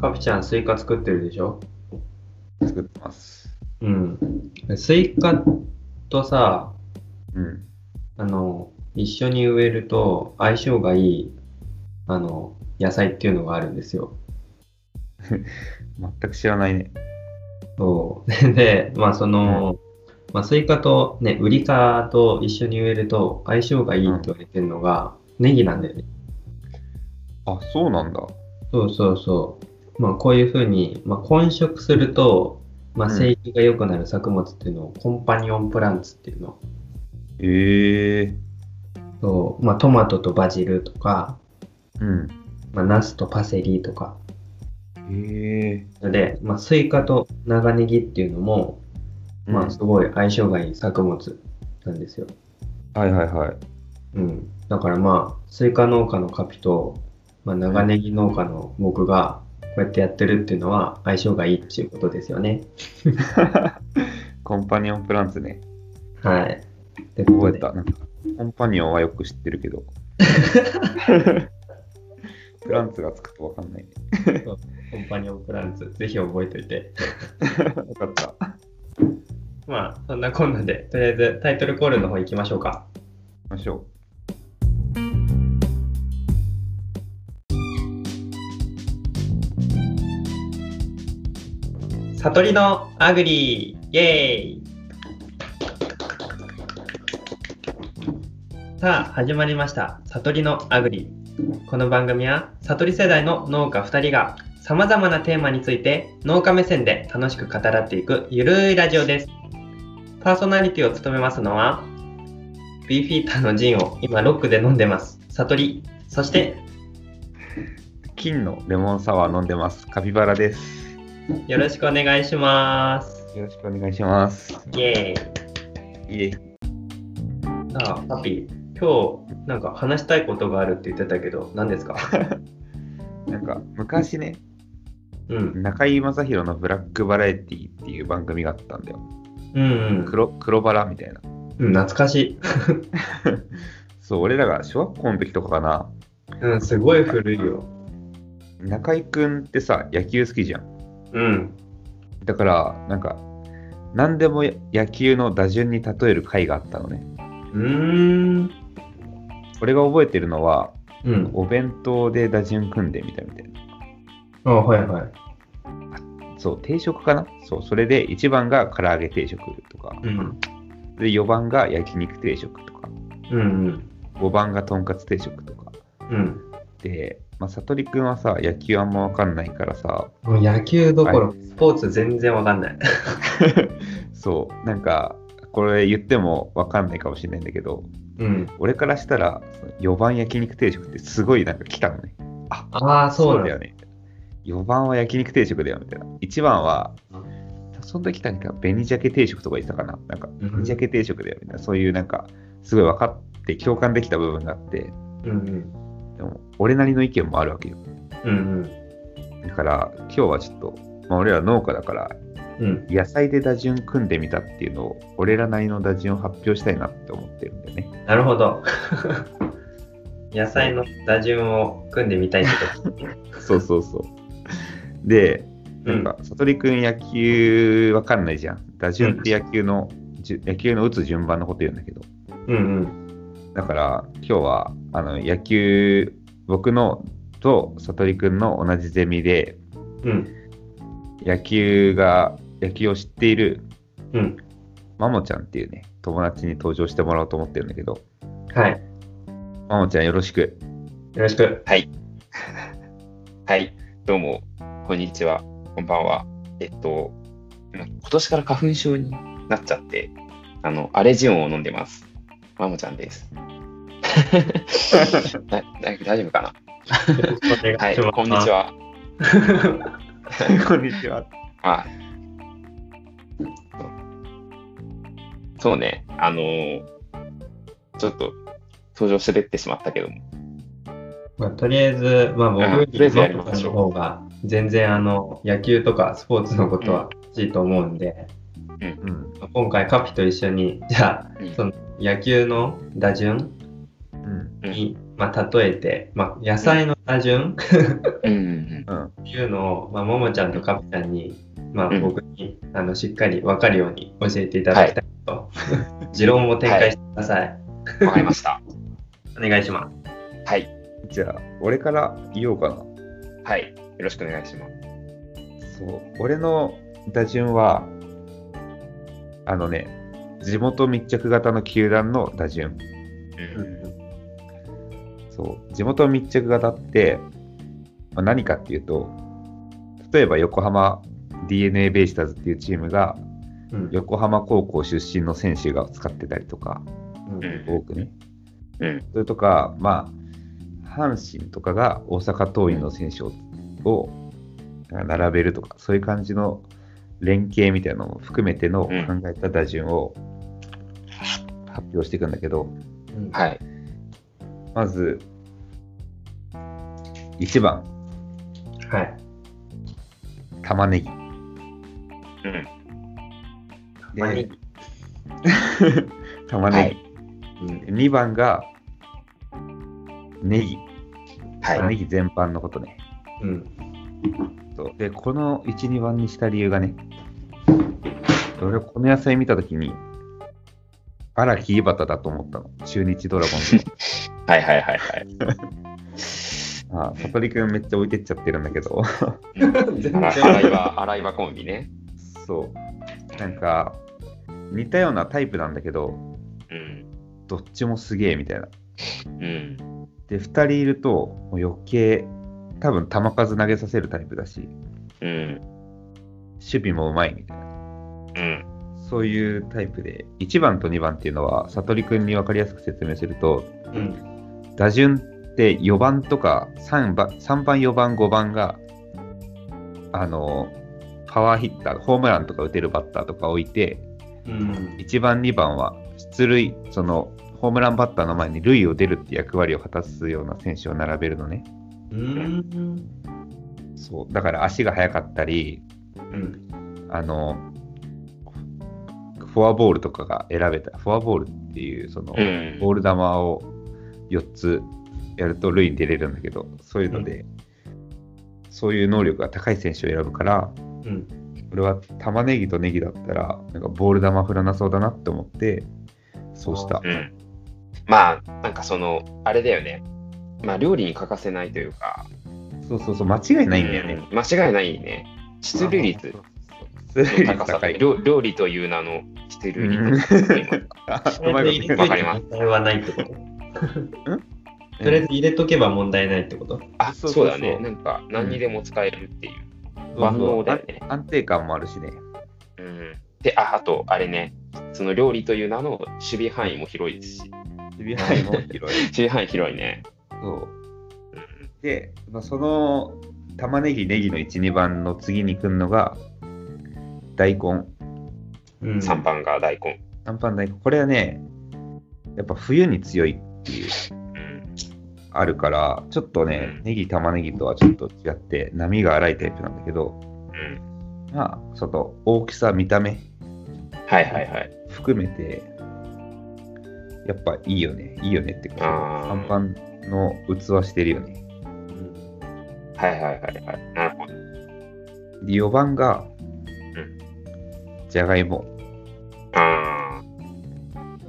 カピちゃん、スイカ作ってるでしょ作ってます。うん。スイカとさ、うん。あの、一緒に植えると相性がいい、あの、野菜っていうのがあるんですよ。全く知らないね。そう。 で、まあその、まあスイカとね、ウリ科と一緒に植えると相性がいいと言われてるのが、ネギなんだよね。あ、そうなんだ。そうそうそう。まあこういうふうに、まあ混色すると、まあうん生育が良くなる作物っていうのをコンパニオンプランツっていうの。ええそう、まあ、トマトとバジルとか、うん。まあ、ナスとパセリとか。ええで、まあ、スイカと長ネギっていうのも、まあ、すごい相性がいい作物なんですよ。はいはいはい。うん。だからまあ、スイカ農家のカピと、まあ、長ネギ農家の僕が、こうやってやってるっていうのは相性がいいっていうことですよね。コンパニオンプランツね。はい。で覚え。た。なんかコンパニオンはよく知ってる けど。プランツがつくとわかんないね。コンパニオンプランツ、ぜひ覚えておいて。 よかった。行まあ、そんなこんなで、とりあえずタイトルコールの方行きましょうか。きましょ悟りのアグリーイエーイさあ始まりました悟りのアグリこの番組は悟り世代の農家2人がさまざまなテーマについて農家目線で楽しく語らっていくゆるいラジオですパーソナリティを務めますのはビーフィーターのジンを今ロックで飲んでます悟りそしてう。金のレモンサワー飲んでます。カピバラです。よろしくお願いしますよろしくお願いします。イエーイいえ。さあ、パピ、今日なんか話したいことがあるって言ってたけど、何ですかなんか昔ね、うん。中居正広のブラックバラエティっていう番組があったんだよ。うん、うん。黒黒バラみたいな。うん、懐かしい。そう、俺らが小学校の時とかかな。うん、すごい古いよ。中居くんってさ、野球好きじゃん。うん。だから、なんか、何でも野球の打順に例える回があったのね。うーん。俺が覚えてるのは、うん。お弁当で打順組んでみたみたいな。あ、はいはい。そう、定食かなそう、それで1番が唐揚げ定食とか、うん。で4番が焼肉定食とか、うん5番がとんかつ定食とか。うん。うん。で、まあ、悟りくんはさ、野球あんまわかんないからさ、もう野球どころ、はスポーツ全然わかんない。そう、なんか、これ言ってもわかんないかもしれないんだけど、うん。俺からしたら、4番焼肉定食ってすごいなんか来たのね。 ああ、そうなんだだよ。ね。4番は焼肉定食だよみたいな。1番はう、その時なんか紅鮭定食とか言ってたかな。なんか、うん紅鮭定食だよみたいな。そういうなんか、すごい分かって共感できた部分があって、うんでも、俺なりの意見もあるわけよ。うん。うんだから、今日はちょっと、まあ、俺ら農家だから、うん。うん。野菜で打順組んでみたっていうのを、俺らなりの打順を発表したいなって思ってるんだよね。なるほど。 野菜の打順を組んでみたいってこそうそうそう。で、 と。うなんん。か、悟りくん野球わかんないじゃん。打順って野球の、じゅ野球の打つ順番のこと言うんだけど。うんだから、今日は、あの、野球、僕のと悟りくんの同じゼミで、うん。うん。野球が、野球を知っているうん。マモちゃんっていうね、友達に登場してもらおうと思ってるんだけど、はい。よマモちゃんよろしく。ろしく。はい、どうも、こんにちは、こんばんは。えっと、なんか今年から花粉症になっちゃって、あの、アレジオンを飲んでます。マモちゃん です。だだ大丈夫かなはい、こんにちは。は。 こんにちは。はい。そうね、あのーちょっと、登場してってしまったけども。 まあ、とりあえず、まあ、僕うんよとりあえずやりりましょのう方が、全然あの野球とかスポーツのことは欲しいと思うんで、うん。今回カピと一緒に、じゃあ、うんその野球の打順うん。うんに、まあ、例えて、まあ、野菜の打順っうんうんうん。ていうのを、まあ、ももちゃんとかぴちゃんに、まあう、ん僕にあのしっかり分かるように教えていただきたい と、持論を展開してください。うんわかりました。お願いします。はい。じゃあ、俺から言おうかな。はい。よろしくお願いします。そう。俺の打順は、あのね、地元密着型の球団の打順。うん。そう地元密着型って、まあ何かっていうと例えば横浜 d n a ベイスターズっていうチームがうん横浜高校出身の選手が使ってたりとかうんうん多くね、うんそれとかまあ阪神とかが大阪桐蔭の選手を,、並べるとかそういう感じの連携みたいなのも含めての考うんえた打順を発表していくんだけど、うんはい。まず1番はい。玉ねぎ。うん。玉ねぎ。 玉ねうんぎ。2番が、ネギ。はい。ネギ全般のことね。うん。そうで、この1、2番にした理由がね、俺この野菜見たときに、荒木井端だと思ったの。中日ドラゴ ンズはいはいはいはい。の。ああ、悟りくんめっちゃ置いてっちゃってるんだけど、 全然あら洗い場、洗い場コンビね。そう。なんか、似たようなタイプなんだけど、うん。どっちもすげえみたいな。うん。で、2人いると、もう余計、多分球数投げさせるタイプだし、うん。守備もうまいみたいな。うん。そういうタイプで、1番と2番っていうのは、悟りくんに分かりやすく説明すると、うん。打順って4番とか3番、3番、4番、5番が、あの、パワーヒッター、ホームランとか打てるバッターとか置いて、うん。 1番、2番は出塁、その、ホームランバッターの前に塁を出るって役割を果たすような選手を並べるのね。うん。そう。だから足が速かったり、うん。あの、フォアボールとかが選べた。フォアボールっていう、その、うん。ボール球を4つやると塁に出れるんだけど、そういうので、そういう能力が高い選手を選ぶから、うん。俺は玉ねぎとネギだったら、なんかボール球振らなそうだなって思って、そうしたう。ん。まあ、なんかその、あれだよね。まあ、料理に欠かせないというか、そうそうそう、間違いないんだよね。うん間違いないね。出塁率出塁の率高さ高とい。料 料理という名の出塁率うんの高さと 今うまいこと言うわかります問題はないってこと。とりあえず入れとけば問題ないってこと。あ、そそううそうそうだね。なんか、何にでも使えるっていう。そう万そ能うだよね。安定感もあるしね。うん。で、あ、あと、あれね。その料理という名の守備範囲も広いですし、守備範囲も広い。守備範囲広いね。そうで、まあ、その玉ねぎネギの12番の次に来るのが大根うん3番が大根。短パン大根これはねやっぱ冬に強いっていううん。あるからちょっとねうんネギ玉ねぎとはちょっと違って波が荒いタイプなんだけどうん。まあその大きさ見た目はいはいはい。含めてやっぱいいよねいいよねってことあー短パンの器してるよねうんはいはいはいはい。なるほど。で4番がんじゃがいもあ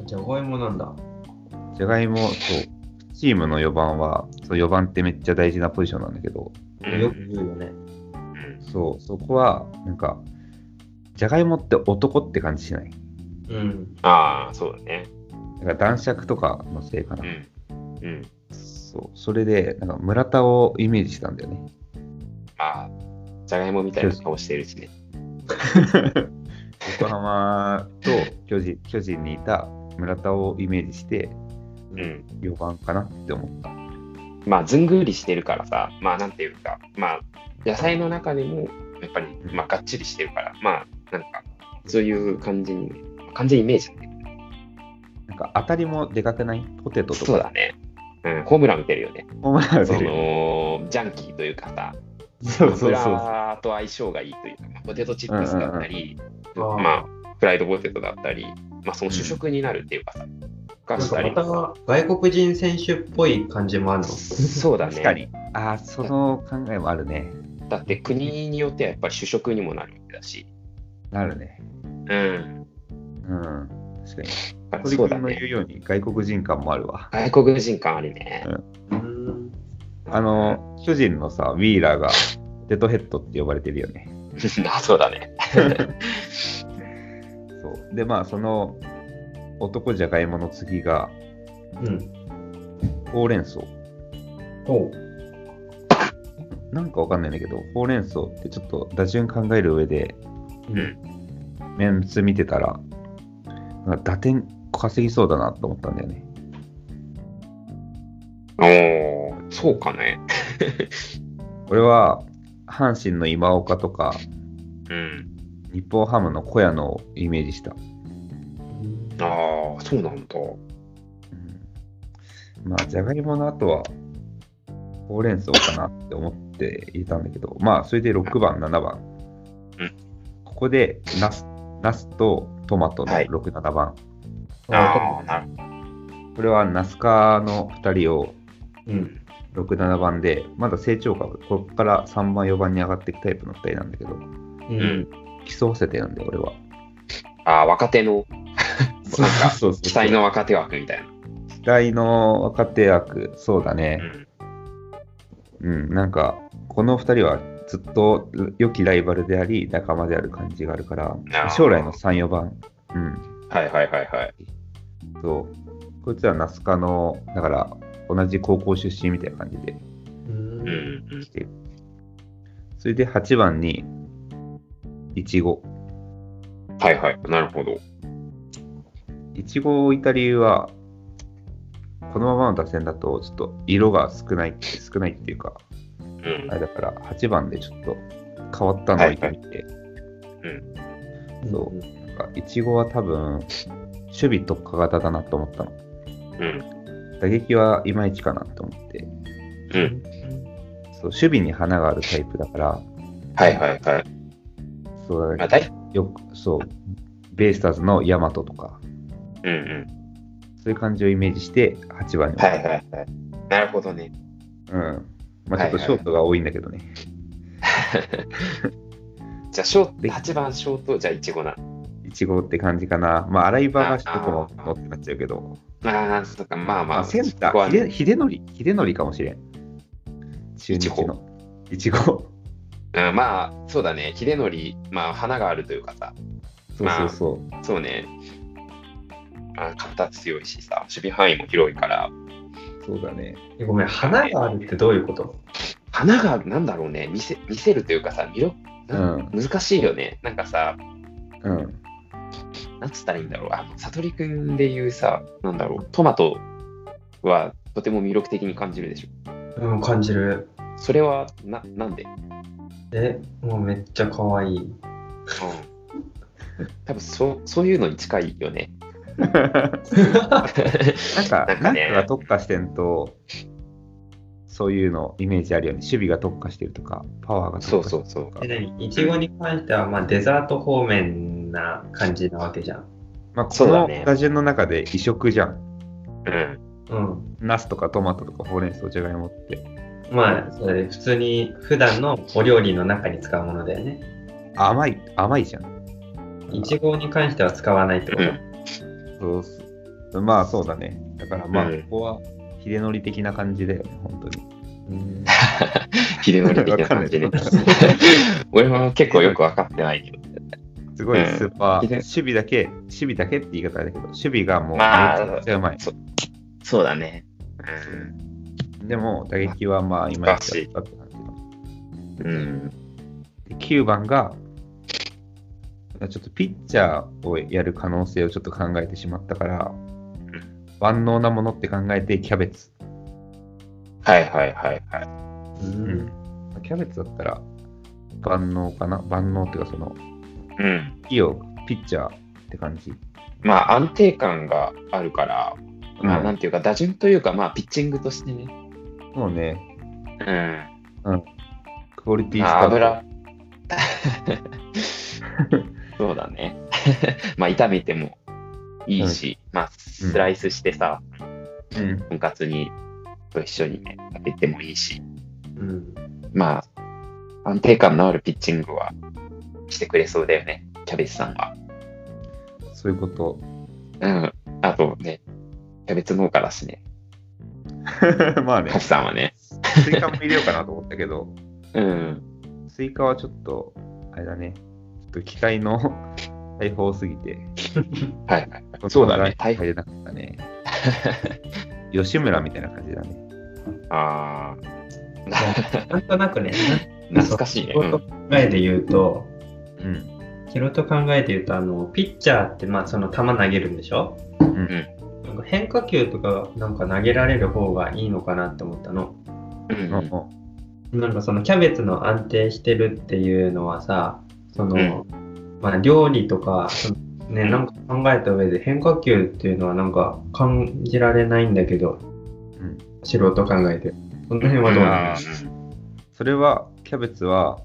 じゃがいもなんだ。じゃがいも、そう、チームの4番は、そう4番ってめっちゃ大事なポジションなんだけど、あ。よく言うよね。うんそう、そこは、なんか、じゃがいもって男って感じしない。うん。ああ、そうだね。なんか男爵とかのせいかなう。ん。うん。そう、それで、なんか村田をイメージしたんだよ ね。まあ、じゃがいもみたいな顔してるしね。横浜と巨人巨人にいた村田をイメージして、うん。 4番かなって思った。まあ、ずんぐりしてるからさ、まあ、なんていうか、まあ、野菜の中でも、やっぱり、まあ、がっちりしてるから、まあ、なんか、そういう感じに、完全イメージだね。なんか当たりもでかくないポテトとそうだか。ね。うん、ホームラン打てるよね。ホームランそ打てるの、ジャンキーというかさ、そうそう油そう。と相性がいいというか、まあポテトチップスだったり、うんうんうんまあ、フライドポテトだったり、まあ、その主食になるっていうかさ、化したりなんかまた外国人選手っぽい感じもあるの。そうだ確かねに。ああ、その考えもあるね。だって国によってはやっぱり主食にもなるわけだしなるね。うんうん。確かに。だから鳥そうだ君の言うねように外国人感もあるわ。外国人感あるねうん。あの、巨人のさ、ウィーラーがデッドヘッドって呼ばれてるよね。そうだねそう。で、まあ、その男じゃがいもの次が、うん。ほうれん草。おう。なんかわかんないんだけど、ほうれん草ってちょっと打順考える上で、うん。メンツ見てたら、なんか打点稼ぎそうだなと思ったんだよね。おーそうかね俺は、阪神の今岡とか、うん日本ハムの小屋のをイメージした。ああそうなんだまあ、じゃがいもの後は、ほうれん草かなって思っていたんだけど、まあ、それで6番、7番。うんここで、ナス、ナスとトマトのはい6、7番。あああなるほこれはナスカの2人をーうん。 6、7番で、まだ成長株、ここから3番、4番に上がっていくタイプの2人なんだけど、うどうんん。競わせてるんで、俺は。ああ若手の そうそうそう期待の若手枠みたいな期待の若手役、そうだね。うんうん、なんか、この2人はずっと良きライバルであり、仲間である感じがあるからあー、将来の3、4番、うん、はいはいはいはいそう、こいつはナスカの、だから、同じ高校出身みたいな感じでううんん。うん来て、それで8番に、イチゴ。はいはいなるほどイチゴを置いた理由は、このままの打線だと、ちょっと色が少ない、少ないっていうか、うんあれだから、8番でちょっと変わったのを置いてみて、そううん。なんかイチゴは多分、守備特化型だなと思ったの。うん打撃はいまいちかなと思って。うんそう、守備に花があるタイプだから、はいはいはいそうまあ大よく、そう、ベイスターズのヤマトとか、うんうんそういう感じをイメージして、8番に。はいはいはい。なるほどね。 うん。まあちょっとショートが多いんだけどね。じゃあ、ショーで8番ショート、じゃあ、イチゴな。イチゴって感じかな。まあ、洗い場がショートも持ってなっちゃうけど、ああ、そっか、まあままあ、あ、センタそこはー、ね秀秀則、秀則かもしれん。中日の。イチゴ。うん、まあ、そうだね、秀則、まあ、花があるというかさ、そうそうそう。そうね、まあ、肩強いしさ、守備範囲も広いから、そうだね。えごめん、花があるってどういうこと花が、なんだろうね、見せ見せるというかさ、見ろ、なん難しいよね。なんかさ、うん。なんつったらいいんだろう、あの、悟りくんで言うさ、なんだろう、トマトはとても魅力的に感じるでしょ。うん、感じる。それは、な、なんでえ、もうめっちゃ可愛い。多分そうそういうのに近い よね。なんか、ななんんかかねが特化してんと、そういうの、イメージあるよね。守備が特化してるとか、パワーがそ特う化してそるうそうと。か。え、何いちごに関しては、まあ、デザート方面な感じなわけじゃん。まあ、こそうだのね打順の中で異色じゃん。うん。うん。ナスとかトマトとかほうれん草、じゃがいもって。まあ、それ普通に普段のお料理の中に使うものだよね。甘い、甘いじゃん。いちごに関しては使わないってこと。うんそうそうまあ、そうだね。だからまあ、うんここは、秀則的な感じだよね、本当に。うん秀則的な感じねわかん。俺も結構よく分かってないけど。 すごいスーパー、うん守備だけ、守備だけって言い方だけど、守備がもうめまあちゃくちゃうまい。そうだね。でも、打撃はまあ、今やったって感じの。うん。うん。で9番が、ちょっとピッチャーをやる可能性をちょっと考えてしまったから、万能なものって考えてキャベツ。はいはいはいはうん。キャベツだったら万能かな万能っていうかその、い。うん。いいよ、ピッチャーって感じ。まあ安定感があるから、まあうんなんていうか打順というか、まあピッチングとしてね。もうね、うクオリティん。ーまスあター油。 そうだね。まあ炒めてもト。いいし、まあ、スライスしてさ、うん。とんかつに、と一緒にね、食べてもいいし、うん。まあ、安定感のあるピッチングはしてくれそうだよね、キャベツさんは。そういうこと。 うん。あとね、キャベツ農家だしね、まあねカ、フさんはね。スイカも入れようかなと思ったけど、うん。スイカはちょっと、あれだね、ちょっと機械の大砲すぎて、はいはい。そうだね入れなかったね。 吉村みたいな感じだね。あなんとなくね、ー、 懐かしいね。そううん考えで言うと、うん。キロと考えて言うと、あの、ピッチャーって、まあ、その球投げるんでしょうん。なんか変化球とか、なんか投げられる方がいいのかなって思ったの。うんうんなんかそのキャベツの安定してるっていうのはさ、その、まあ料理とか、そのね、うんなんか考えた上で変化球っていうのはなんか感じられないんだけど、うん素人考えて。その辺はどうなのあそれは、キャベツは、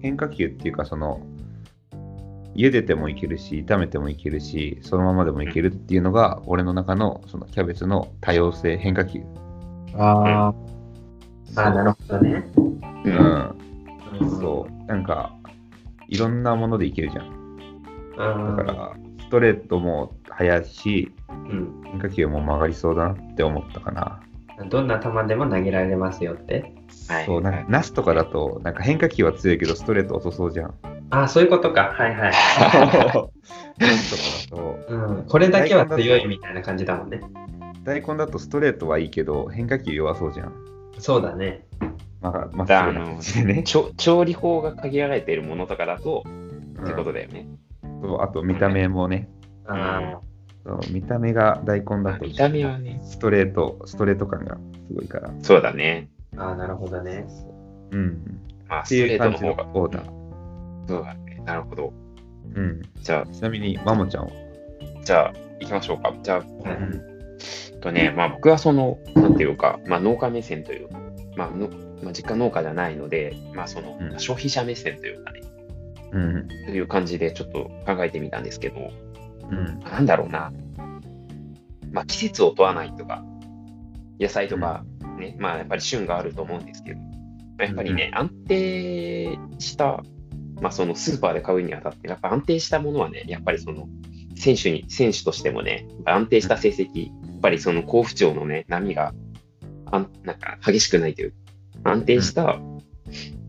変化球っていうか、その、茹でてもいけるし、炒めてもいけるし、そのままでもいけるっていうのが、俺の中の、そのキャベツの多様性、変化球。あーあー、なるほどね。ううんん。そう。なんか、いろんなものでいけるじゃん。だあかーら、ストレートも速いし、うん、変化球も曲がりそうだなって思ったかな。どんな球でも投げられますよって。はいそうなんかナスとかだと、なんか変化球は強いけど、ストレート遅そうじ ゃん。ああ、そういうことか。はいはい。ナスとかだと、うん、これだけは強いみたいな感じだもんね。大根だとストレートはいいけど、変化球弱そうじゃん。そうだね。まあ、まっだすぐな感じでね。ちょ調理法が限られているものとかだと、 ってことで。だよね。そうあと、見た目もね。あそう見た目が大根だと、見た目はね。ストレート、ストレート感がすごいから。そうだね。ーあー、なるほどね。うん。まあ、っスてトいレうー感トのじの方が。オーダー。そうだね。なるほど。うん。じゃちなみに、マモちゃんは。あ、じゃあ、行きましょうか。じゃあ、はいえっとね、まあ僕はその、なんていうか、まあ農家目線というか、まあの、まあ、実家農家じゃないので、まあその、うん消費者目線というかね、うん。という感じでちょっと考えてみたんですけど、うん。なんだろうな。まあ季節を問わないとか、野菜とかね、まあやっぱり旬があると思うんですけど、まあ、やっぱりね、安定した、まあそのスーパーで買うにあたって、やっぱ安定したものはね、やっぱりその、選手に、選手としてもね、やっぱ安定した成績、やっぱりその甲府町のね、波が、あんなんか激しくないというか、安定した、ま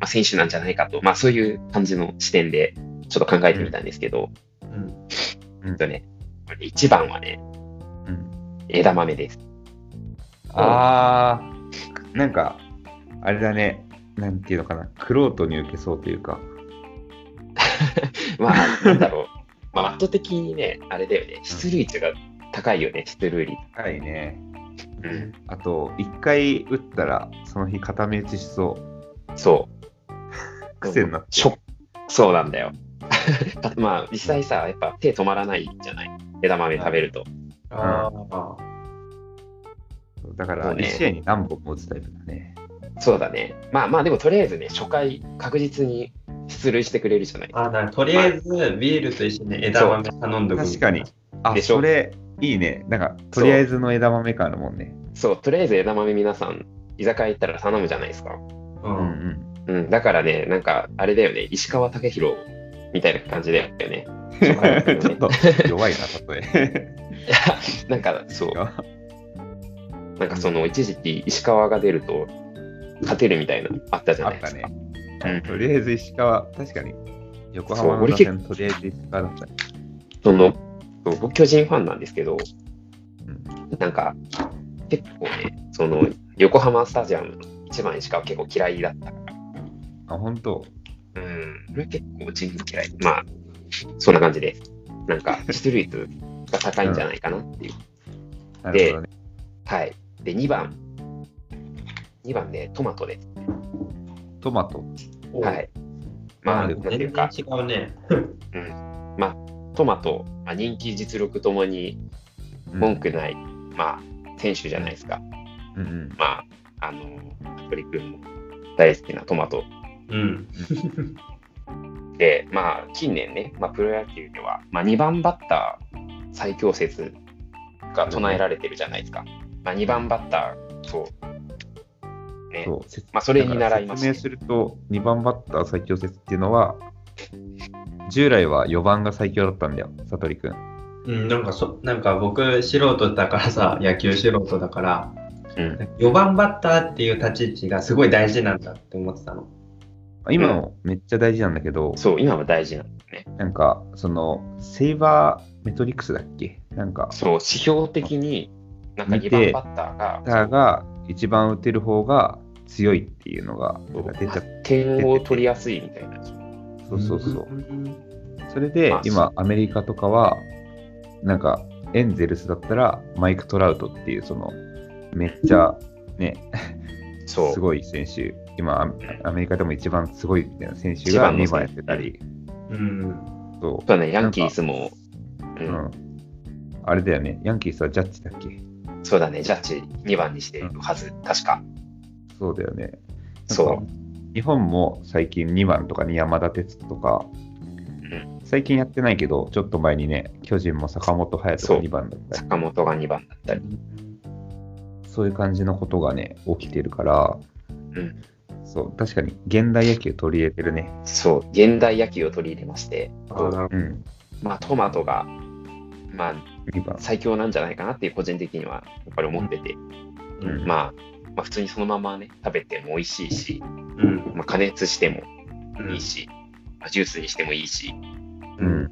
あ、選手なんじゃないかと、まあそういう感じの視点で、ちょっと考えてみたんですけど、うん、えっとね、一番はね、うん。枝豆です。あー、なんか、あれだね。なんていうのかな。クロートに受けそうというか。ま あ、なんだろう。まあ、圧倒的にね、あれだよね、出塁率が高いよね、出塁率。高いね。うん、あと、1回打ったら、その日固め打ちしそう。そう。癖になっしょそうなんだよ。 まあ、実際さ、やっぱ手止まらないじゃない。枝豆食べると。ああ、だかそら、うね1試合に何本も打つタイプだね。そうだね。まあまあ、でもとりあえずね、初回確実に出塁してくれるじゃない。あだからとりあえずビールと一緒に枝豆頼んどくみた確かいなに。あ、でしょそれ、いいね。なんか、とりあえずの枝豆感あるもんね。そう、とりあえず枝豆皆さん、居酒屋行ったら頼むじゃないですか。ううんんうん、だからね、なんか、あれだよね、石川武宏みたいな感じだよね。 うん。 ちょっと弱いな、例え。いやなんか、そう。あなんかその一時期石川が出ると勝てるみたいなのあったじゃないっでたすねか。。とりあえず石川、確かに。横そ浜うの俺打結線、とりあえず石川だったね。そのそう僕巨人ファンなんですけど、なんか結構ね、その横浜スタジアムの一番石川結構嫌いだったかあ、本当。ら、うん、俺結構人に嫌い。まあ、そんな感じです。なんか出塁率が高いんじゃないかなっていう。なるほどね。はい。で、2番。2番ね、トマトです。トマト。おうはい。まあ、なんてい全うか然、違うね。トマト、まあ、人気、実力ともにうん文句ない、まあ、選手じゃないですか。うんうん。まあ、あの、服部君も大好きなトマトうん。で、まあ、近年ね、まあ、プロ野球では、まあ、2番バッタ最強説が唱えられてるじゃないですか。まあ、2番バッター、そう。ね、そうせまあそれに習いますだから説明ねすると、2番バッター最強説っていうのは、従来は4番が最強だったんだよ、サトリ君。うん、なんかそ、なんか僕、素人だからさ、野球素人だから、うん4番バッターっていう立ち位置がすごい大事なんだって思ってたの。今もめっちゃ大事なんだけど、そう、今は大事な。なんか、その、セイバーメトリックスだっけなんか、そう、指標的に、なんか見て2番バッターがバッターが一番打てる方が強いっていうのがそう出ちゃっ点を取りやすいみたいな。た。そうそうそう。んそれでまあ今アメリカとかはなんかエンゼルスだったらマイク・トラウトっていうそのめっちゃねそうす。ごい選手今アアメリカでも一番すごいみたいな選手一が番の2選番手やってたりうん。そそうだね、ヤンキースも、うう、うんん、あれだよねヤンキースはジャッジだっけそうだね、ジャッジ2番にしているはず、確か。そうだよねそうう日本も最近2番とかに山田哲人とかん最近やってないけどちょっと前にね巨人も坂本勇人そうが2番だったり坂本が2番だったり。そういう感じのことがね、起きてるから、んそう、確かに現代野球取り入れてるね。そう、現代野球を取り入れまして、あなるうん、まあ、トマトが、まあ、 2番。最強なんじゃないかなっていう個人的にはやっぱり思ってて、ほど。うんまあ、まあ普通にそのままね、食べても美味しいし、うん。まあ、加熱してもうんいいし、まあジュースにしてもいいし、う。ん。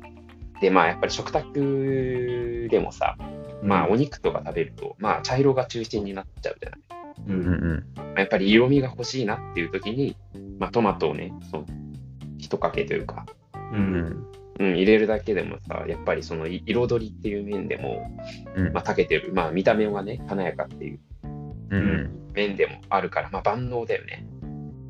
で、まあ、やっぱり食卓でもさ、まあ、お肉とか食べると、まあ、茶色が中心になっちゃうじゃない。う。うんうんん。まあやっぱり色味が欲しいなっていう時に、まあ、トマトをね、その一かけというか、う。うんん。うん、入れるだけでもさ、やっぱりそのい彩りっていう面でも、うんまあ、長けてる、まあ、見た目はね、華やかっていううん。面でもあるから、まあ、万能だよね。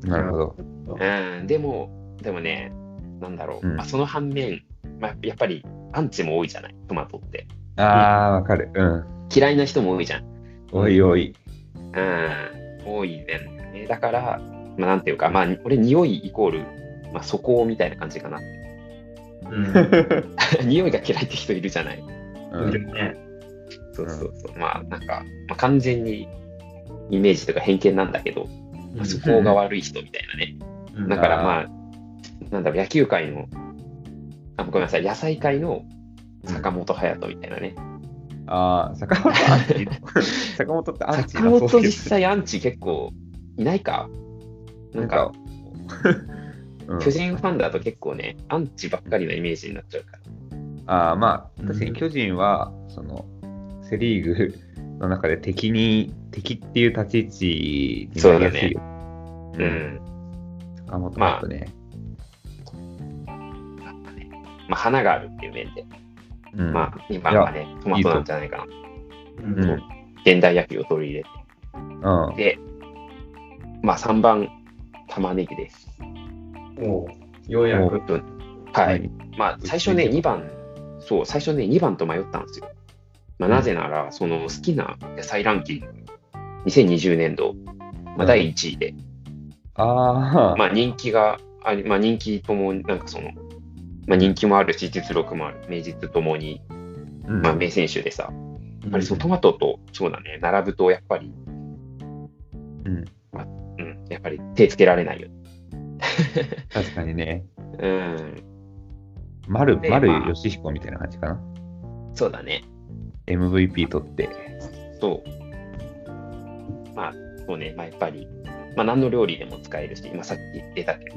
なるほど。うん、でも、でもね、なんだろう、うんまあ、その反面、まあ、やっぱりアンチも多いじゃない、トマトって。あー、わかる。うん。嫌いな人も多いじゃん。おいおい。うん、多いね。えだから、まあ、なんていうか、まあ、俺、匂いイコール、まあ、素行みたいな感じかな。 うん。匂いが嫌いって人いるじゃない。ういん。るねそうそうそう。まあ、なんか、まあ、完全にイメージとか偏見なんだけど、まあ、素行が悪い人みたいなね。うんだから、まあ、なんだろう、野球界の、あ、ごめんなさい、野菜界の坂本勇人みたいなね。あー、坂本アンチ。 坂本ってアンチ坂本実際アンチ結構いないかななんんかか、、 うん、巨人ファンだと結構ね、アンチばっかりのイメージになっちゃうから。あーまあ、確かに巨人は、その、セ・リーグの中で敵に、敵っていう立ち位置になりやすいよ。ううんん。坂本だとね。やっぱねまあ、花があるっていう面で、うんまあ、今はね、トマトなんじゃないかな。うんうん現代野球を取り入れて。うんで、まあ、3番、玉ねぎです。おうようやく。はい。はいまあ、最初ね、2番、そう、最初ね、2番と迷ったんですよ。まあ、なぜなら、その好きな野菜ランキング、2020年度、まうあ、ん第1位で、ああ、まあ、人気があり、まあ、人気とも、なんかその、まあ、人気もあるし、実力もある、名実ともに、うんまあ、名選手でさ、ややっぱりそのトマトと、そうだね、並ぶと、やっぱり、うんうん、やっぱり手つけられないよ。確かにね、 うん、丸、で丸まあ義彦みたいな感じかな。そうだね。 MVP 取って。そう。まあ、そうね、まあ、やっぱり、まあ、何の料理でも使えるし、今さっき言ってたけど、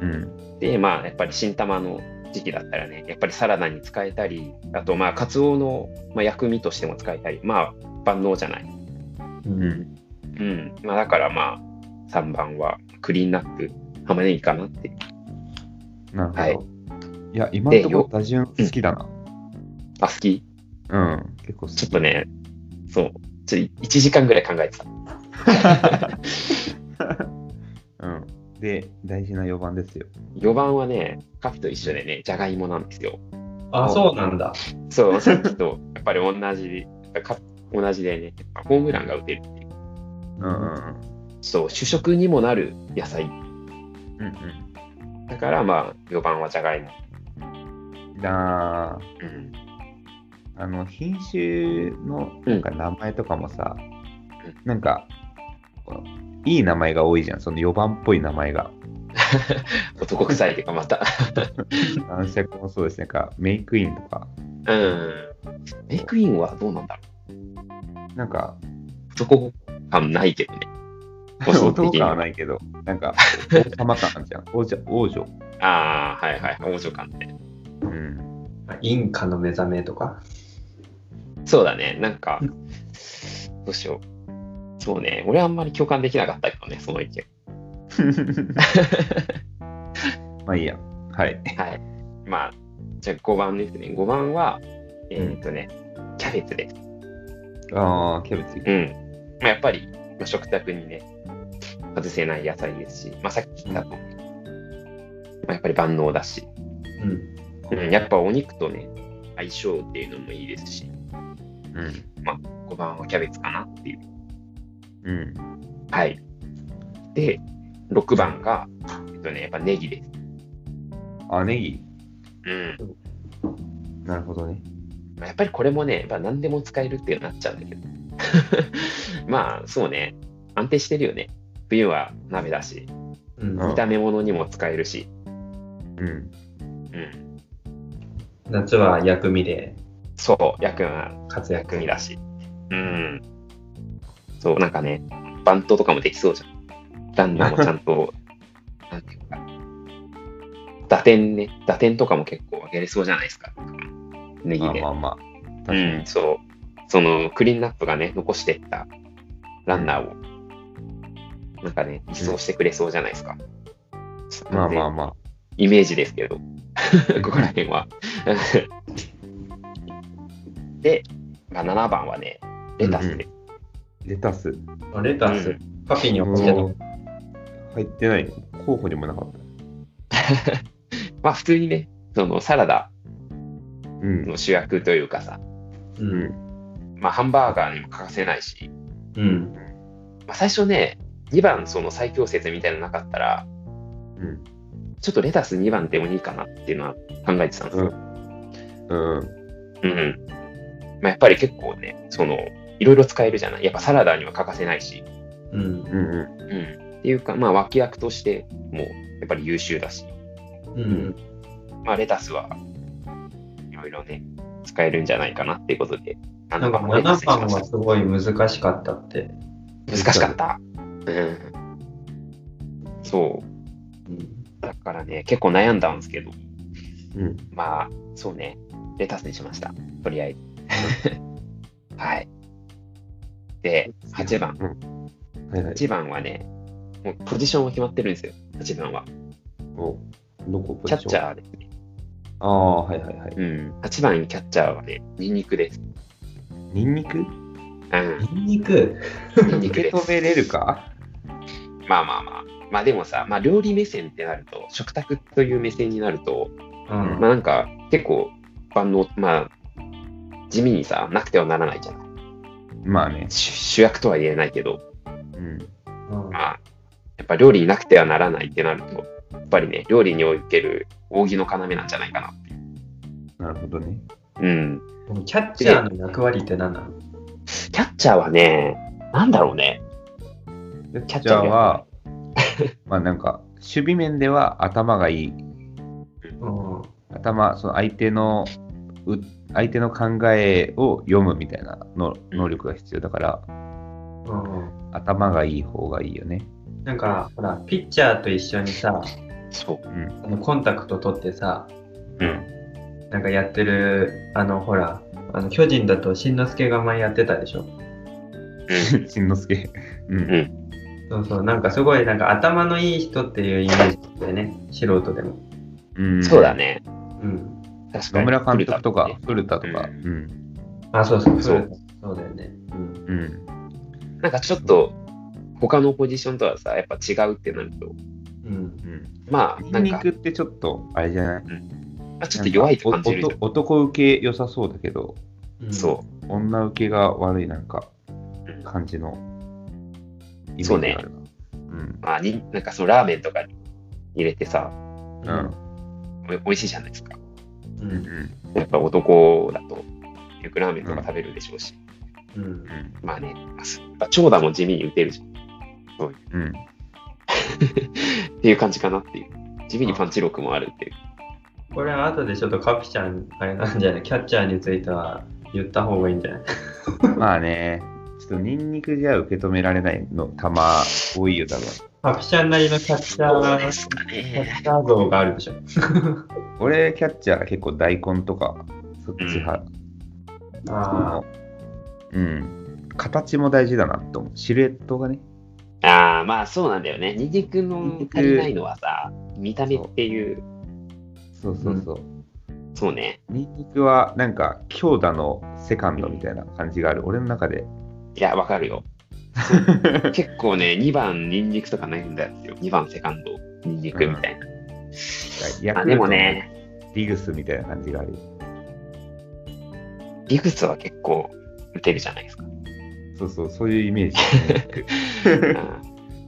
うん。で、まあ、やっぱり新玉の時期だったらね、やっぱりサラダに使えたり、あと、まあ、カツオの、まあ、薬味としても使えたり、まあ、万能じゃない。うん。うん。まあ、だからまあ、3番はクリーンナップ、玉ねぎかなって。なるほど。はいい、や、今のとこでろよ打順好きだな。あ、好きうん。結構好き。ちょっとね、そう、ちょっと1時間ぐらい考えてた。うん。で、大事な4番ですよ。 4番はね、カフと一緒でね、じゃがいもなんですよ。あ、そうなんだ。そう、さっきとやっぱり同じ、か同じでね、ホームランが打てるっていう。うんうんうん。そう、主食にもなる野菜。うんうんだから、まあ、4番はじゃがいも。なあ、うん。あの品種のなんか名前とかもさ、なんかこのいい名前が多いじゃんその4番っぽい名前が男臭いというか、また。男爵もそうですねなんかメイクインとかうん。メイクインはどうなんだろなんかう。男感ないけどね。個性的男に感ははないけどなんか王様感あるじゃん王女王女ああ、はいはい。王女感ね。 うんインカの目覚めとか。そうだね。なんかう、どうしよう。そうね。俺はあんまり共感できなかったけどね、その意見。まあいいやはいはい。まあ、じゃあ5番ですね。5番は、えーっとね、キャベツです。ああキャベツうん。まあ、やっぱり、まあ、食卓にね、外せない野菜ですし、まあ、さっき言ったと、まあ、やっぱり万能だし、うん。うん、やっぱお肉とね、相性っていうのもいいですし、うん5番はキャベツかなっていう。うんはい。で、6番が、えっとね、やっぱネギです。あネギうん。なるほどねまあ、やっぱりこれもね、やっぱ何でも使えるっていうなっちゃうんだけど。 まあ、そうね、安定してるよね。冬は鍋だし、うん、うん炒め物にも使えるし、うんうん。夏は薬味でそう、薬が活躍薬味だし。うん。そう、なんかね、バントとかもできそうじゃん。ランナーもちゃん と、なんていうか、打点ね、打点とかも結構上げれそうじゃないですか。ネギあで。まあまあ確うかに、ん、そう。そのクリーンナップがね、残してったランナーを、なんかね、一掃してくれそうじゃないですか。まあまあまあイメージですけど、ここら辺は。 で、まあ、7番はね、レタスで、レタスレタス、うんパピにうおんけの入ってない候補にもなかったまあ普通にね、そのサラダうんの主役というかさ、う。うんんまあ、ハンバーガーにも欠かせないし、うん。まあ、最初ね、2番その最強説みたいなのなかったら、うんちょっとレタス2番でもいいかなっていうのは考えてたんですよ。うんうん、まあ、やっぱり結構ね、その、いろいろ使えるじゃない。やっぱサラダには欠かせないし、うん。うんうんうん、っていうか、まあ、脇役としてもやっぱり優秀だし、うん。まあ、レタスはいろいろね、使えるんじゃないかなっていうことで、あなんかレタ7スにし番まはすしごい難しかったって。た難しかった。うん。そう。うん。だからね、結構悩んだんですけど、うんまあ、そうね、レタスにしました。とりあえず。はい。で、8は番。いはい8番はね、もうポジションは決まってるんですよ、8番は。おどこポキジャションッチャーですね。ああはいはいはいうん。8番キャッチャーはね、ニンニクです。ニンニク うん。ニンニク。ニンニク受でけ止す。めれるかまあまあまあ。まあでもさ、まあ料理目線ってなると、食卓という目線になると、うんまあなんか結構万能、まあ地味にさ、なくてはならないじゃない。まあね主主役とは言えないけど、うんうんまあ、やっぱ料理になくてはならないってなると、やっぱりね、料理における扇の要なんじゃないかなっていう。なるほどねうん。でもキャッチャーの役割って何なのキャッチャーはね、なんだろうね。キャッキャッチチャャーーがはまあなんか守備面では頭がいいうん頭その相手のう相手の考えを読むみたいなの能力が必要だから、う頭がいい方がいいよね。ん。なんか、ほら、ピッチャーと一緒にさ、そう。うん。あのコンタクト取ってさ、うん。なんかやってる、あの、ほら、あの巨人だとしんのすけが前やってたでしょ。しんのすけ。 うん。そうそう、なんかすごい、なんか頭のいい人っていうイメージでね、素人でも。 うん、そうだ。ね。うん。確か野に。村監督とか古田古田ね、とか。ううん。あ、そうそう、そそううそうだよね。うん。うん。なんかちょっと、他のポジションとはさ、やっぱ違うってなると、うん。うん。まあ、な筋んか、肉ってちょっと、あれじゃないまあちょっと弱いと感じるなんかおおと男受け良さそうだけど、うん、そ女受けが悪いなんかう。うん感じのイメージそうねがあるな。うん。まあ、になんかそのラーメンとかに入れてさ、ううん。おい美味しいじゃないですか。うん。うん。やっぱ男だと、結局ラーメンとか食べるでしょうし、うんまあね、まあ長打も地味に打てるじゃんうん。うん。っていう感じかなっていう。地味にパンチ力もあるっていう。これは後でちょっとカピちゃん、あれなんじゃないキャッチャーについては言った方がいいんじゃないまあね、ちょっとニンニクじゃ受け止められないの、玉多いよ、多分。カピちゃんなりのキャッチャー、キかャッチャー像があるでしょ。俺、キャッチャー結構大根とか、そっち派。あうん。形も大事だなと思う。シルエットがね。ああ、まあそうなんだよね。ニンニクのニンニク足りないのはさ、見た目っていう、そうそうそう。そうね。ニンニクはなんか強打のセカンドみたいな感じがある。俺の中で。いや、わ かるよ。結構ね、2番ニンニクとか悩んだんですよ。2番セカンドニンニクみたいな。ヤあクでルトものね、リグスみたいな感じがあるよ。リグスは結構打てるじゃない ですか。そうそう、そういうイメージ。うん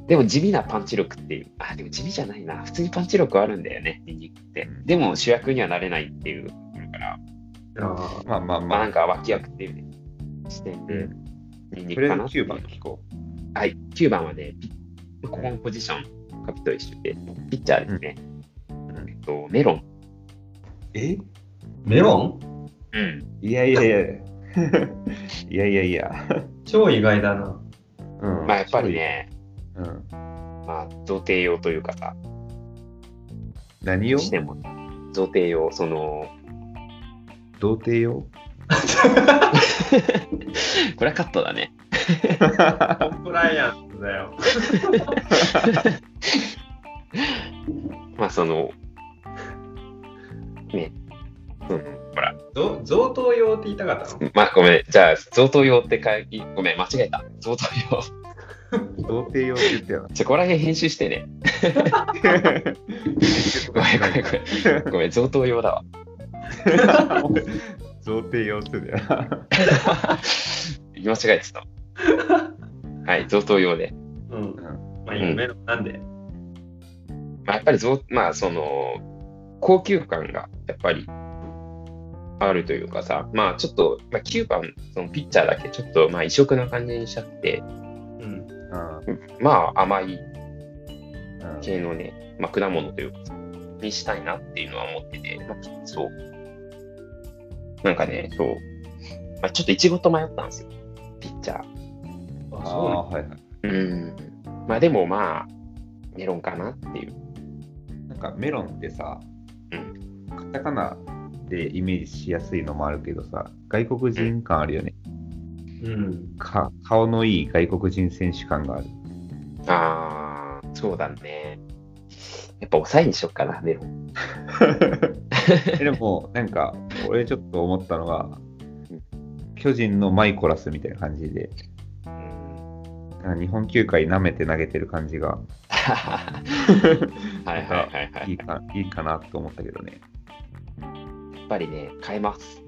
でも地味なパンチ力っていう、あ、でも地味じゃないな。普通にパンチ力あるんだよね、ニンニクって。でも主役にはなれないっていうところから、ーあまあまあまあまなあん。か脇役っていうね、視点で、ニンニとクりかあえなってずい9う番聞こう。はい、9番はね、ピッここのポジション、カピと一緒で、ピッチャーですね。えっと、メロン。えメロンうん。いやいやい や。いやいやいや。超意外だな。うんまあやっぱり。ね、うん、まあ、贈呈用というかさ、何をしても、贈呈用、その、童貞よこれはカットだね。コンプライアンスだよ。まあ、その、 ね、その、ほら、ど贈答用って言いたかったのまあ、ごめん、じゃあ、贈答用って書い、ごめん、間違えた。贈答用。童貞よって言ったよちょ、ここら辺編集してね。な。ごめん、ごめん、ごめん。ごめん、贈答用だわ。童貞よって言ったよな。言い間違えてた。はい、贈答用で。うんん。まあいいようんメロンなんで。まあ、やっぱりぞ、まあ、その高級感がやっぱりあるというかさ、まあ、ちょっと、まあ、9番そのピッチャーだけちょっとまあ異色な感じにしちゃってうん。まあ甘ういんうん系のね、まあ、果物というかさにしたいなっていうのは思ってて、まあ、そうなんかねそう、まあ、ちょっとイチゴと迷ったんですよピッチャーあ、そうなああのはいはい。うんまあでもまあメロンかなっていうなんかメロンってさ、うカタカナでイメージしやすいのもあるけどさ、外国人感あるよね。うん。か顔のいい外国人選手感がある。ああそうだねやっぱ抑えにしよっかなメロンえでも、なんか、俺ちょっと思ったのが、巨人のマイコラスみたいな感じで、うん なんか日本球界舐めて投げてる感じがはいはいはいはいいい。かいいかなと思ったけどね。やっぱりね、変えます。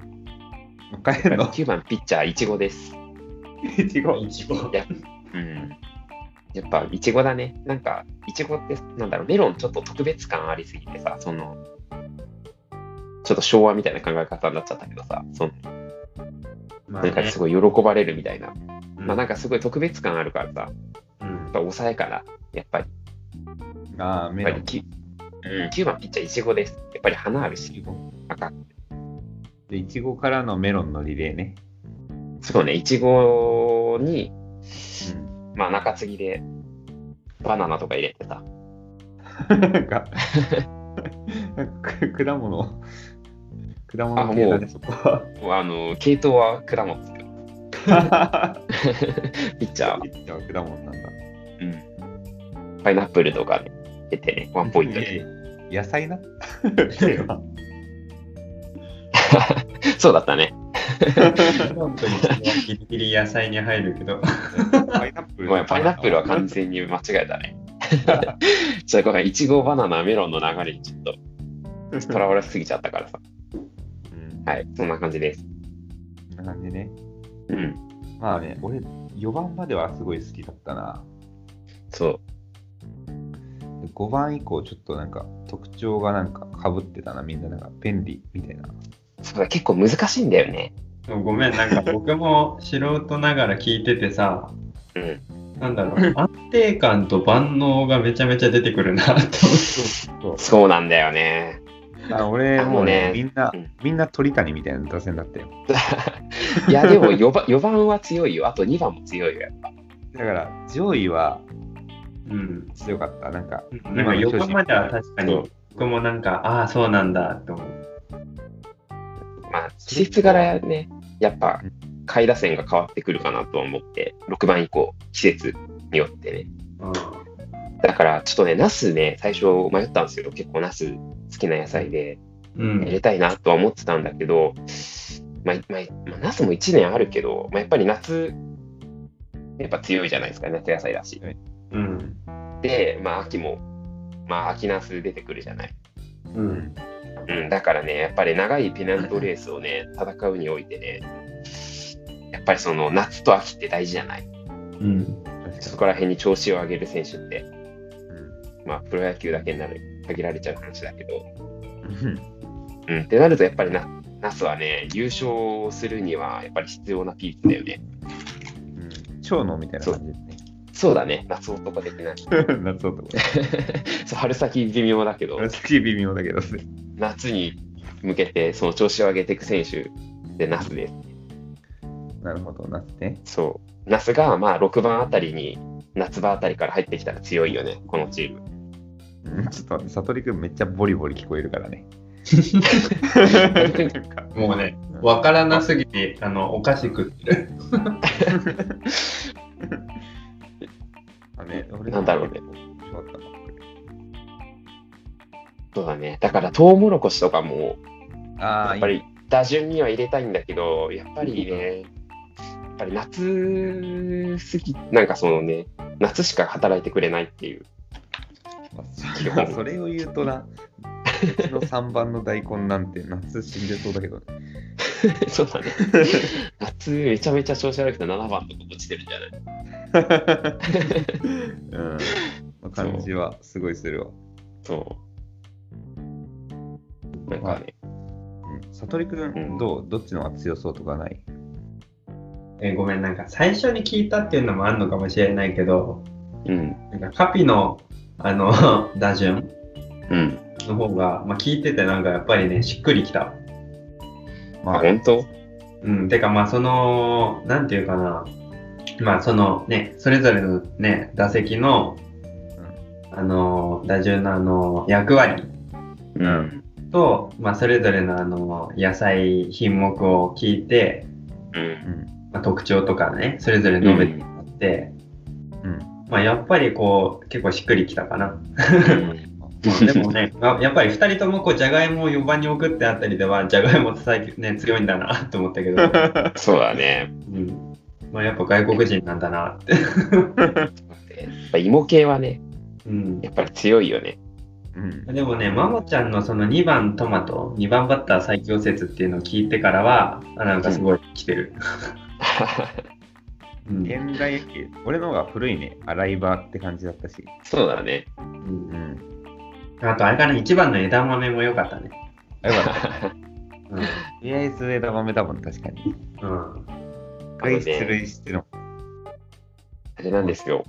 帰るの9番ピッチャー、いちごです。いちごいちご。うん。やっぱ、いちごだね。なんか、いちごって、なんだろう、メロンちょっと特別感ありすぎてさ、その、ちょっと昭和みたいな考え方になっちゃったけどさ、そのまあなんかねすごい喜ばれるみたいな、うんまあなんかすごい特別感あるからさ、やっうんぱ抑えかな、やっぱり、あーメやっロぱりン。き、うん、9番ピッチャー、いちごです。やっぱり花あるし、赤で、いちごからのメロンのリレーね。そうね、いちごに、うまあ中継ぎでバナナとか入れてさ、ん、なんか、 なんかく果物、果物系だね、そこは。あの系統は果物ですけどピッチャー、いや果物なんだ。パイナップルとかね、出てね、ワンポイントいやで。いや野菜 なそうだったね。メロンといちごはギリギリ野菜に入るけど。パイナップルごめん、パイナップルは完全に間違えたね。 ちょっとごめん、いちご、バナナ、メロンの流れにちょっととらわれすぎちゃったからさ。うんはい、そんな感じです。こんな感じね。うん、まあね、俺、4番まではすごい好きだったな。そう。 5番以降、ちょっとなんか特徴がなんか被ってたな、みんななんか便利みたいな。そうだ結構難しいんだよね。でもごめん、なんか僕も素人ながら聞いててさ、うんなんだ ろう、安定感と万能がめちゃめちゃ出てくるなと思って。そうなんだよね。 あ俺、あものうね、ねみんなうん、みんな鳥谷みたいな打線だったよ。いや、でも4番 ,4 番は強 いよ。あと2番も強いよ。だから、上位はうん。強かった。なんか、なんか横までは確かそうに、僕もなんか、ああ、そうなんだと思う。まあ、季節柄ね、やっぱ、下位打線が変わってくるかなと思って、6番以降、季節によってね。だから、ちょっとね、ナスね、最初迷ったんですよ。結構ナス好きな野菜で、うん。う入んれたいなとは思ってたんだけど、まあ、まあまあ、ナスも1年あるけど、まあ、やっぱり夏、やっぱ強いじゃないですか、夏野菜だし。うん。で、まあ、秋も、まあ、秋ナス出てくるじゃない。うん。うん、だからね、やっぱり長いペナントレースをね、戦うにおいてね、やっぱりその夏と秋って大事じゃない。うん。そこら辺に調子を上げる選手って、うまあ、プロ野球だけになる、限られちゃう話だけど、んうん、ってなると、やっぱりな、ナスはね、優勝するには、やっぱり必要なピースだよね。うん長野みたいな感じそうだね、夏男的な。 ですね。 夏男。 そう春先微妙だけど、好き微妙だけど、ね、夏に向けて、その調子を上げていく選手で、ナスです。なるほど、夏ね。そう。ナスが、まあ、6番あたりに、夏場あたりから入ってきたら強いよね、このチーム。うんちょっと待って、悟りくんめっちゃボリボリ聞こえるから ね。もうね、わからなすぎて、あの、おかしくってる。あね俺なんだろうね。面白かったなそうだね。だから、トウモロコシとかも、ああ、やっぱり打順には入れたいんだけど、やっぱりね、やっぱり夏過ぎ、なんかそのね、夏しか働いてくれないっていう。いいよ それを言うとな、うちの3番の大根なんて夏死んでそうだけ ど、ね、そうだね。夏めちゃめちゃ調子悪くて7番とか落ちてるんじゃないうんまあ感じはすごいするわ。そう。なんかね、うん悟りくうんん、どうどっちの方が強そうとかないえごめん、なんか最初に聞いたっていうのもあるのかもしれないけど、うん、なんかカピの、あの、 打順うん。の方が、まあ、聞いててなんかやっぱりね、しっくりきた。あ、まあ、。本当うん、てかまあその、なんていうかな、まあそのね、それぞれのね、打席の、あの、打順のあの、役割うんと、まあそれぞれのあの、野菜品目を聞いて、うん。まあ、特徴とかね、それぞれ述べてもらって、うん。まあやっぱりこう、結構しっくりきたかな。うんまあでもね、あやっぱり2人ともこう、じゃがいもを4番に送ってあたりでは、じゃがいもって最近ね、強いんだなと思ったけど、 そうだね。うん。まあやっぱ外国人なんだなって。やっぱ芋系はね、うんやっぱり強いよね。うん。でもね、マモちゃんのその2番トマト、2番バッター最強説っていうのを聞いてからは、あなんかすごい来てる。うん現代野球、俺の方が古いね、洗い場って感じだったし。 そうだね。うんうん。あとあれかな、1番の枝豆も良かったね。あよかった。とうん。りあえず枝豆だもん、確かに。うん、一回出塁しての。あれなんですよ。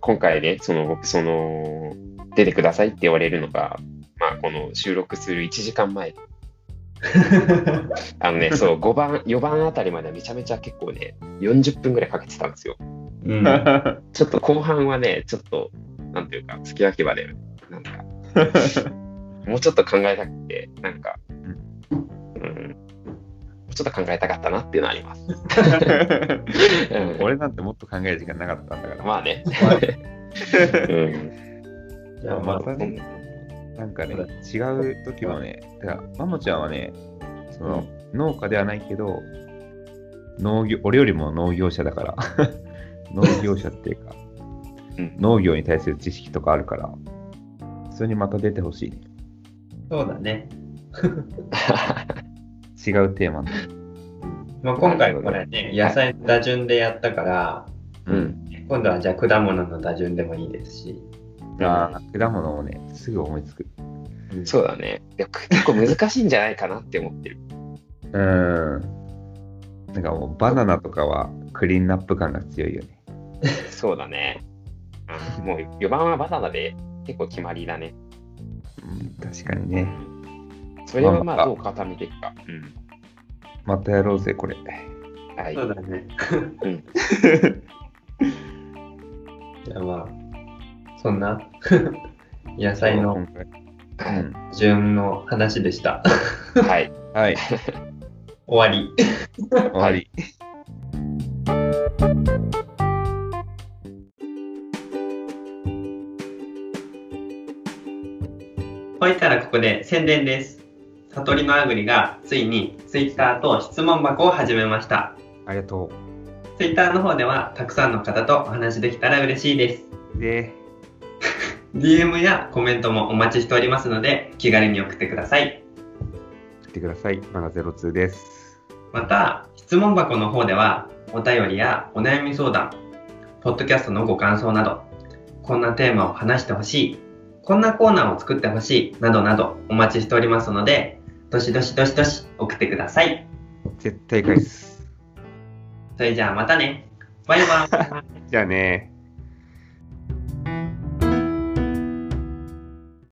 今回ね、その僕、その、出てくださいって言われるのが、まあ、この収録する1時間前。あのね、そう、5番、4番あたりまではめちゃめちゃ結構ね、40分ぐらいかけてたんですよ。うん、ちょっと後半はね、ちょっと、なんていうか、付き焼き場で、なんか、もうちょっと考えたくて、なんか、うん、もうちょっと考えたかったなっていうのはあります。うん 俺なんてもっと考える時間なかったんだから。まあね。うんじゃあまあ、 またねなんかね、そう違う時はね、だから、マモちゃんはね、その、農家ではないけど、農業、俺よりも農業者だから、 農業者っていうか、うん農業に対する知識とかあるから、それにまた出てほしいね。そうだね。違うテーマの。まあ、今回これね、野菜の打順でやったから、うん。今度はじゃあ果物の打順でもいいですし。あー果物もね、すぐ思いつく。そうだね。でも結構難しいんじゃないかなって思ってる。うん。なんかもうバナナとかはクリーンナップ感が強いよね。そうだね。うんもう4番はバナナで結構決まりだね。うん、確かにね。それはままああどう固めていくか。うんまたやろうぜ、これ。はいそ。うだね。ん じゃあまあ、そんな 野菜の今回はうん順の話でした。いはい。 はい、終わり。終わり。ほいたらここで宣伝です。悟りのあぐりがついに Twitter と質問箱を始めました。ありがと Twitter の方ではたくさんの方とお話できたら嬉しいです。う。で、 DM やコメントもお待ちしておりますので気軽に送ってください。来てください。まだ02です。また質問箱の方ではお便りやお悩み相談ポッドキャストのご感想などこんなテーマを話してほしいこんなコーナーを作ってほしいなどなどお待ちしておりますのでどしどしどしどし送ってください絶対返す。それじゃあまたねバイバイじゃあね。